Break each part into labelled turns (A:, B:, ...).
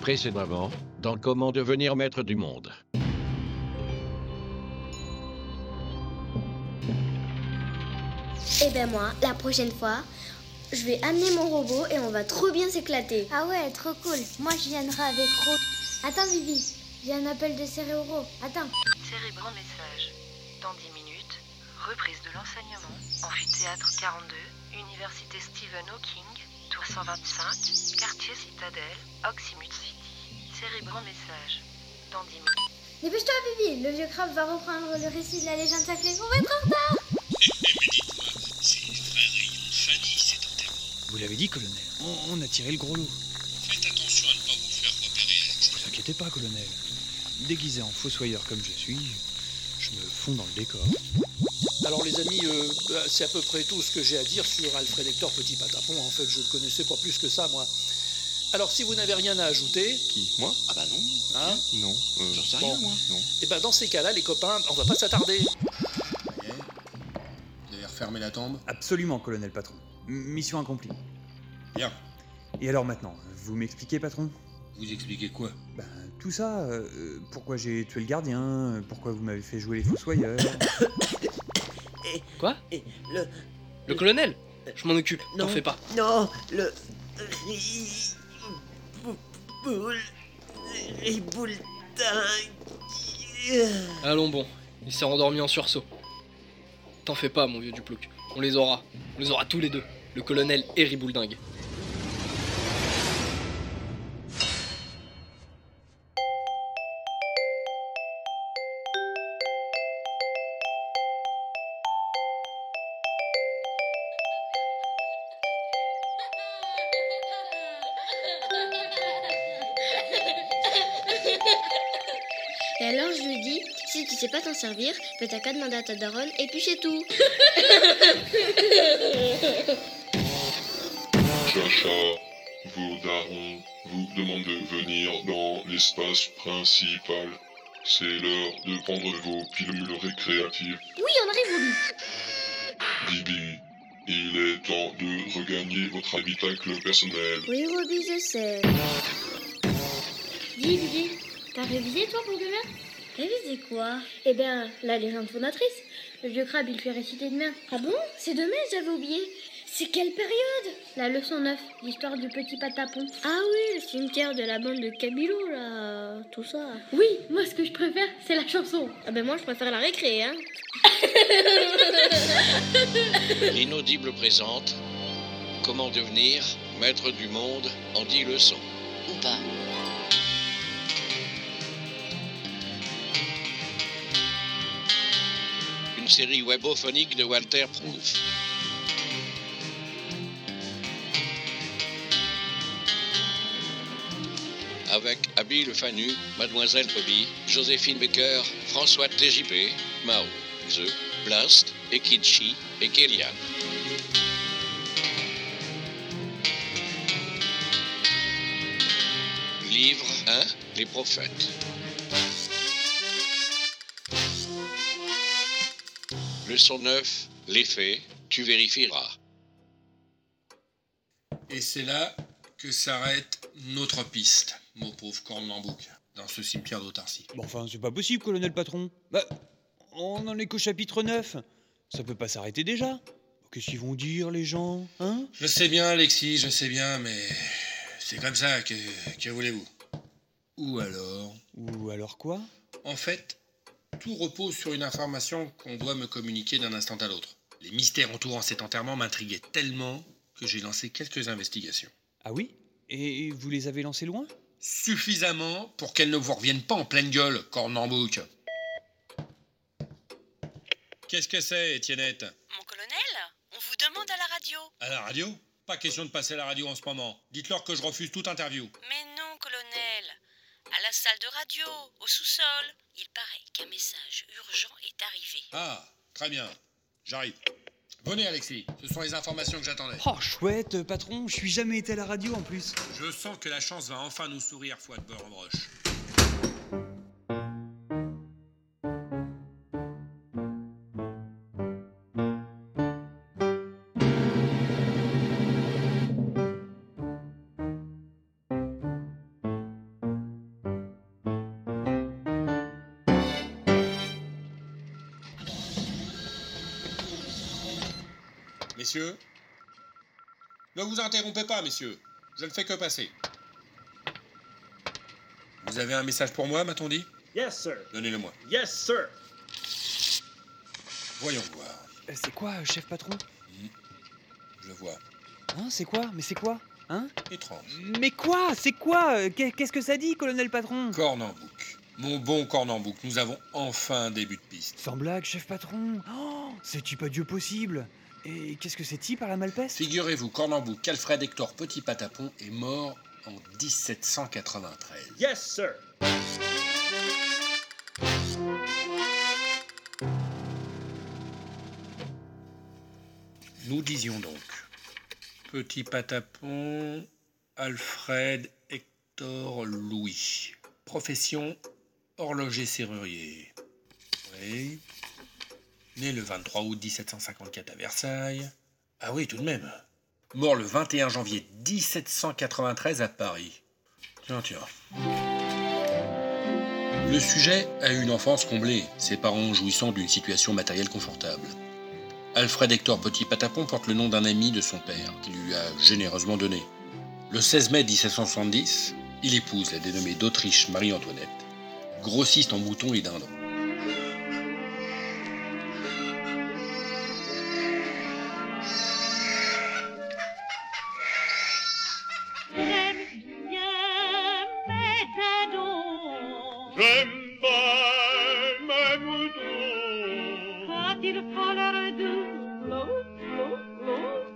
A: précédemment dans Comment devenir maître du monde.
B: Et ben moi, la prochaine fois, je vais amener mon robot et on va trop bien s'éclater.
C: Ah ouais, trop cool. Moi, je viendrai avec Ro.
B: Attends, Vivi, j'ai un appel de Céréoro. Attends.
D: Cérébran message. Dans 10 minutes, reprise de l'enseignement, amphithéâtre 42, Université Stephen Hawking, Tour 125, quartier Citadelle, Oxymut City. Cérébran message. Dans 10 minutes.
B: Dépêche-toi, Vivi, le vieux crabe va reprendre le récit de la légende sacrée. On va être en retard.
E: C'est frère Rayon, Fanny, c'est enterrement.
F: Vous l'avez dit, colonel, on, on a tiré le gros lot.
E: Faites attention à ne pas vous faire repérer, hein. Alex.
F: Vous inquiétez pas, colonel. Déguisé en fossoyeur comme je suis, je me fonds dans le décor.
G: Alors les amis, euh, bah, c'est à peu près tout ce que j'ai à dire sur Alfred Hector Petit Patapon. En fait, je le connaissais pas plus que ça, moi. Alors si vous n'avez rien à ajouter,
H: Qui Moi Ah bah non.
G: hein,
H: Non. euh,
G: J'en sais rien,
H: bon,
G: moi.
H: Non.
G: et ben dans ces cas-là, les copains, on va pas s'attarder.
I: Ok. Vous avez refermé la tombe
F: Absolument, colonel patron. M- Mission accomplie.
I: Bien.
F: Et alors maintenant, vous m'expliquez, patron
I: Vous expliquez quoi
F: Ben, tout ça, euh, pourquoi j'ai tué le gardien, euh, pourquoi vous m'avez fait jouer les fossoyeurs.
J: Quoi
K: Et le.
J: Le colonel Je m'en occupe,
K: Euh, Non.
J: t'en fais pas.
K: Non, le. Boule. Les boules dingues.
J: Allons bon, il s'est rendormi en sursaut. T'en fais pas, mon vieux Duploc. On les aura. On les aura tous les deux. Le colonel et Ribouldingue.
B: Et alors je lui dis, si tu sais pas t'en servir, ben t'as qu'à demander à ta daronne et puis c'est tout.
L: Chacha, vos darons vous demandent de venir dans l'espace principal. C'est l'heure de prendre vos pilules récréatives.
B: Oui, on arrive au lit.
L: Bibi, il est temps de regagner votre habitacle personnel.
B: Oui, Roby, je sais. Dis, Bibi, t'as révisé toi pour demain Révisé quoi Eh ben, la légende fondatrice. Le vieux crabe, il fait réciter demain. Ah bon C'est demain, j'avais oublié. C'est quelle période La leçon 9, l'histoire du petit patapon. Ah oui, le cimetière de la bande de Kabilo, là, tout ça. Oui, moi, ce que je préfère, c'est la chanson. Ah ben moi, je préfère la récré, hein.
A: L'inaudible présente Comment devenir maître du monde en 10 leçons.
D: Ou pas.
A: Une série webophonique de Walter Proof. Avec Abby Le Fanu, Mademoiselle Bobby, Joséphine Baker, François TJP, Mao, The, Blast, Ekichi et Kélian. Livre 1, Les prophètes. Leçon 9, Les faits, tu vérifieras.
I: Et c'est là que s'arrête notre piste, mon pauvre cornambouc, dans ce cimetière d'autarcie.
F: Bon, enfin, c'est pas possible, colonel patron. Bah, on en est qu'au chapitre 9. Ça peut pas s'arrêter déjà. Qu'est-ce qu'ils vont dire, les gens Hein
I: Je sais bien, Alexis, je sais bien, mais c'est comme ça que, que voulez-vous Ou alors
F: Ou alors quoi
I: En fait, tout repose sur une information qu'on doit me communiquer d'un instant à l'autre. Les mystères entourant cet enterrement m'intriguaient tellement que j'ai lancé quelques investigations.
F: Ah oui Et vous les avez lancés loin
I: Suffisamment pour qu'elles ne vous reviennent pas en pleine gueule, cornambouc. Qu'est-ce que c'est, Étiennette
D: Mon colonel, on vous demande à la radio.
I: À la radio Pas question de passer à la radio en ce moment. Dites-leur que je refuse toute interview.
D: Mais non, colonel. À la salle de radio, au sous-sol. Il paraît qu'un message urgent est arrivé.
I: Ah, très bien. J'arrive. Venez, Alexis. Ce sont les informations que j'attendais.
F: Oh, chouette, patron, je suis jamais été à la radio en plus.
I: Je sens que la chance va enfin nous sourire, Fouad Beurre en broche. Messieurs Ne vous interrompez pas, messieurs. Je ne fais que passer. Vous avez un message pour moi, m'a-t-on dit
H: Yes, sir.
I: Donnez-le-moi.
H: Yes, sir.
I: Voyons voir.
F: Euh, C'est quoi, chef patron
I: Je vois.
F: Hein, c'est quoi Mais c'est quoi Hein
I: Étrange.
F: Mais quoi C'est quoi Euh, Qu'est- Qu'est-ce que ça dit, colonel patron
I: Cornambouc. Mon bon Cornambouc, nous avons enfin un début de piste.
F: Sans blague, chef patron Oh, C'est-tu pas Dieu possible Et qu'est-ce que c'est-tu par la malpeste
I: Figurez-vous, Cornambouc, qu'Alfred Hector Petit Patapon est mort en 1793.
H: Yes, sir.
I: Nous disions donc Petit Patapon, Alfred Hector Louis. Profession horloger serrurier. Oui. Né le 23 août 1754 à Versailles. Ah oui, tout de même. Mort le 21 janvier 1793 à Paris. Tiens, tiens. Le sujet a eu une enfance comblée, ses parents jouissant d'une situation matérielle confortable. Alfred Hector Petit Patapon porte le nom d'un ami de son père, qui lui a généreusement donné. Le 16 mai 1770, il épouse la dénommée d'Autriche Marie-Antoinette, grossiste en moutons et dindons.
M: J'aime pas mes moutons Quand ils font leur double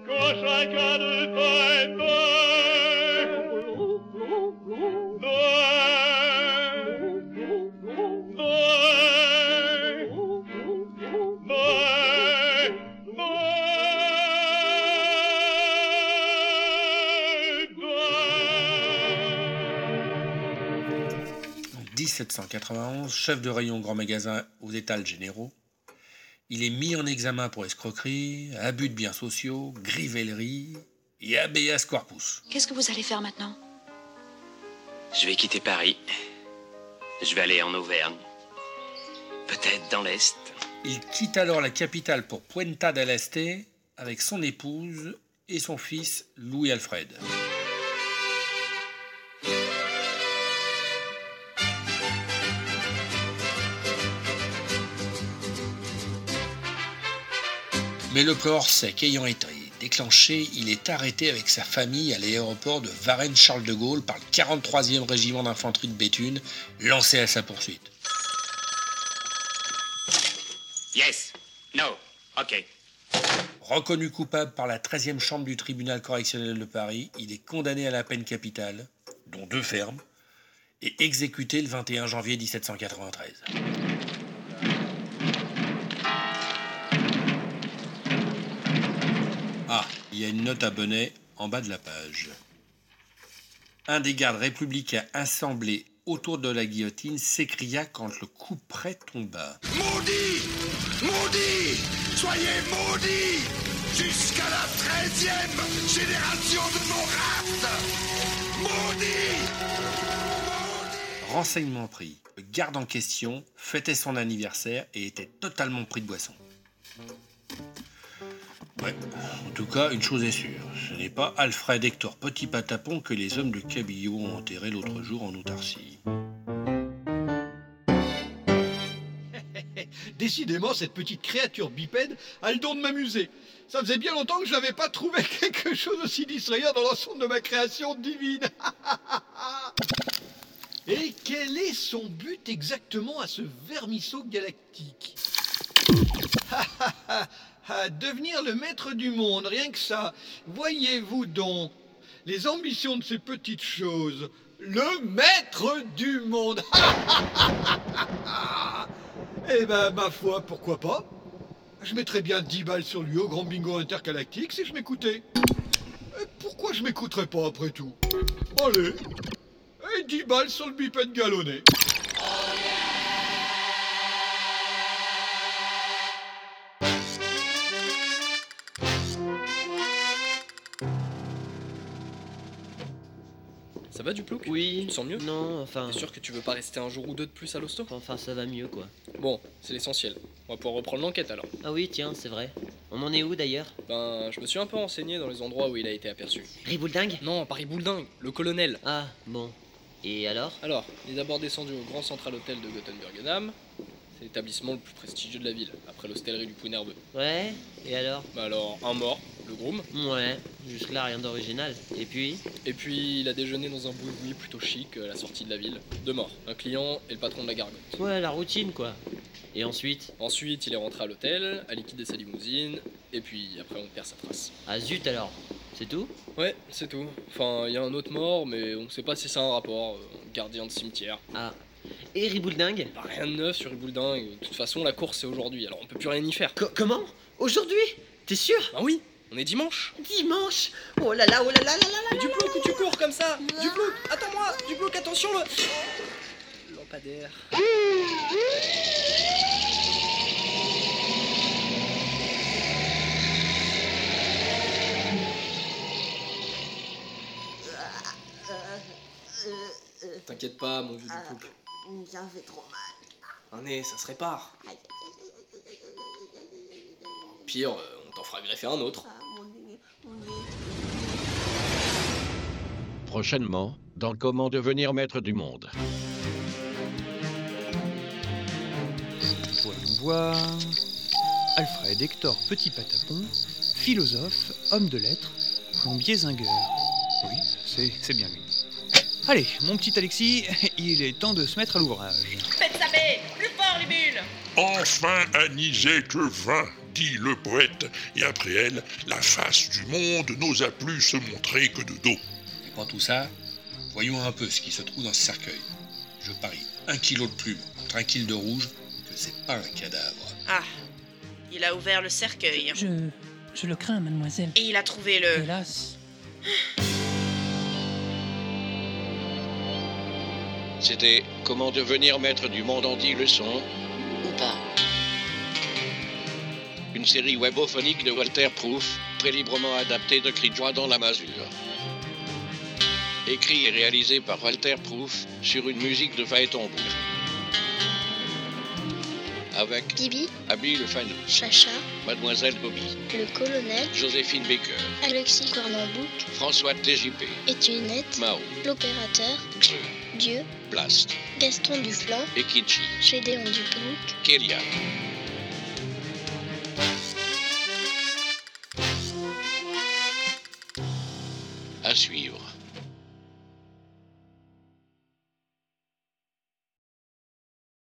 M: Quand chacun de paille
I: En 1791, chef de rayon grand magasin aux étals généraux, il est mis en examen pour escroquerie, abus de biens sociaux, grivellerie et habeas corpus.
N: Qu'est-ce que vous allez faire maintenant
O: Je vais quitter Paris. Je vais aller en Auvergne. Peut-être dans l'Est.
I: Il quitte alors la capitale pour Puenta del Este avec son épouse et son fils Louis-Alfred. Mais le plan sec ayant été déclenché, il est arrêté avec sa famille à l'aéroport de Varennes-Charles de Gaulle par le 43e régiment d'infanterie de Béthune, lancé à sa poursuite.
O: Yes. No. OK.
I: Reconnu coupable par la 13e chambre du tribunal correctionnel de Paris, il est condamné à la peine capitale, dont deux fermes, et exécuté le 21 janvier 1793. Ah, il y a une note à Bonnet en bas de la page. Un des gardes républicains assemblés autour de la guillotine s'écria quand le couperet tomba.
M: Maudit Maudit Soyez maudit Jusqu'à la treizième génération de mon race Maudit
I: Renseignement pris, le garde en question fêtait son anniversaire et était totalement pris de boisson. Ouais, en tout cas, une chose est sûre, ce n'est pas Alfred Hector Petit Patapon que les hommes de Cabillot ont enterré l'autre jour en autarcie.
P: Décidément, cette petite créature bipède a le don de m'amuser. Ça faisait bien longtemps que je n'avais pas trouvé quelque chose aussi distrayant dans l'ensemble de ma création divine. Et quel est son but exactement à ce vermisseau galactique À devenir le maître du monde, rien que ça. Voyez-vous donc les ambitions de ces petites choses. Le maître du monde. Eh ben, ma foi, pourquoi pas Je mettrais bien 10 balles sur lui au grand bingo intergalactique si je m'écoutais. Et pourquoi je m'écouterais pas après tout Allez Et 10 balles sur le bipède galonné
J: Ça va du plouc
Q: Oui.
J: Tu te sens mieux
Q: Non, enfin.
J: T'es sûr que tu veux pas rester un jour ou deux de plus à l'hosto
Q: Enfin, ça va mieux quoi.
J: Bon, c'est l'essentiel. On va pouvoir reprendre l'enquête alors.
Q: Ah oui, tiens, c'est vrai. On en est où d'ailleurs
J: Ben, je me suis un peu renseigné dans les endroits où il a été aperçu.
Q: Ribouldingue
J: Non, pas Ribouldingue, le colonel.
Q: Ah, bon. Et alors
J: Alors, il est d'abord descendu au Grand Central Hotel de Gothenburgenham. C'est l'établissement le plus prestigieux de la ville, après l'hostellerie du Pou Nerveux.
Q: Ouais, et alors
J: Bah alors, un mort, le groom.
Q: Ouais, jusque-là rien d'original. Et puis
J: Et puis, il a déjeuné dans un boui plutôt chic à la sortie de la ville. Deux morts, un client et le patron de la gargote.
Q: Ouais, la routine quoi. Et ensuite
J: Ensuite, il est rentré à l'hôtel, a liquidé sa limousine, et puis après, on perd sa trace.
Q: Ah zut alors C'est tout
J: Ouais, c'est tout. Enfin, il y a un autre mort, mais on sait pas si c'est un rapport. euh, gardien de cimetière.
Q: Ah. Et Ribouldingue
J: Bah, rien de neuf sur Ribouldingue. De toute façon, la course c'est aujourd'hui, alors on peut plus rien y faire.
Q: comment Aujourd'hui T'es sûr
J: Bah oui, on est dimanche.
R: Dimanche Oh là là, oh là là là là
J: là Du bloc où tu cours comme ça Du bloc, attends-moi Du bloc, attention le. Lampadaire. T'inquiète pas, mon vieux du
R: Ah,
J: couple.
R: Ça fait trop mal.
J: Un nez, ça se répare. Pire, euh, on t'en fera greffer un autre.
R: Ah, mon Dieu, mon Dieu.
A: Prochainement, dans Comment devenir maître du monde.
F: Voyons voir. Alfred Hector Petit Patapon, philosophe, homme de lettres, plombier zingueur. Oui, c'est c'est bien lui. Allez, mon petit Alexis, il est temps de se mettre à l'ouvrage.
D: Faites saper Plus fort, les bulles
L: Enfin anisée que vin, dit le poète, et après elle, la face du monde n'osa plus se montrer que de dos.
I: Et pendant tout ça, voyons un peu ce qui se trouve dans ce cercueil. Je parie un kilo de plume contre un kilo de rouge que c'est pas un cadavre.
D: Ah, il a ouvert le cercueil.
S: Je. Je le crains, mademoiselle.
D: Et il a trouvé
F: Euh,
D: le...
S: Hélas.
A: C'était Comment devenir maître du monde en 10 leçons ou pas. Une série webophonique de Walter Proof, très librement adaptée de Cri de joie dans la masure. Écrit et réalisé par Walter Proof sur une musique de Faeton Avec
B: Bibi,
A: Abby Le Fanou,
B: Chacha,
A: Mademoiselle Bobby,
B: le colonel,
A: Joséphine Baker,
B: Alexis Cornambouc,
A: François TJP,
B: Etunette,
A: Mao,
B: l'opérateur,
A: Xeu,
B: Dieu,
A: Blast,
B: Gaston Duplan,
A: Ekichi,
B: Gédéon Dupont,
A: Kélia. À suivre.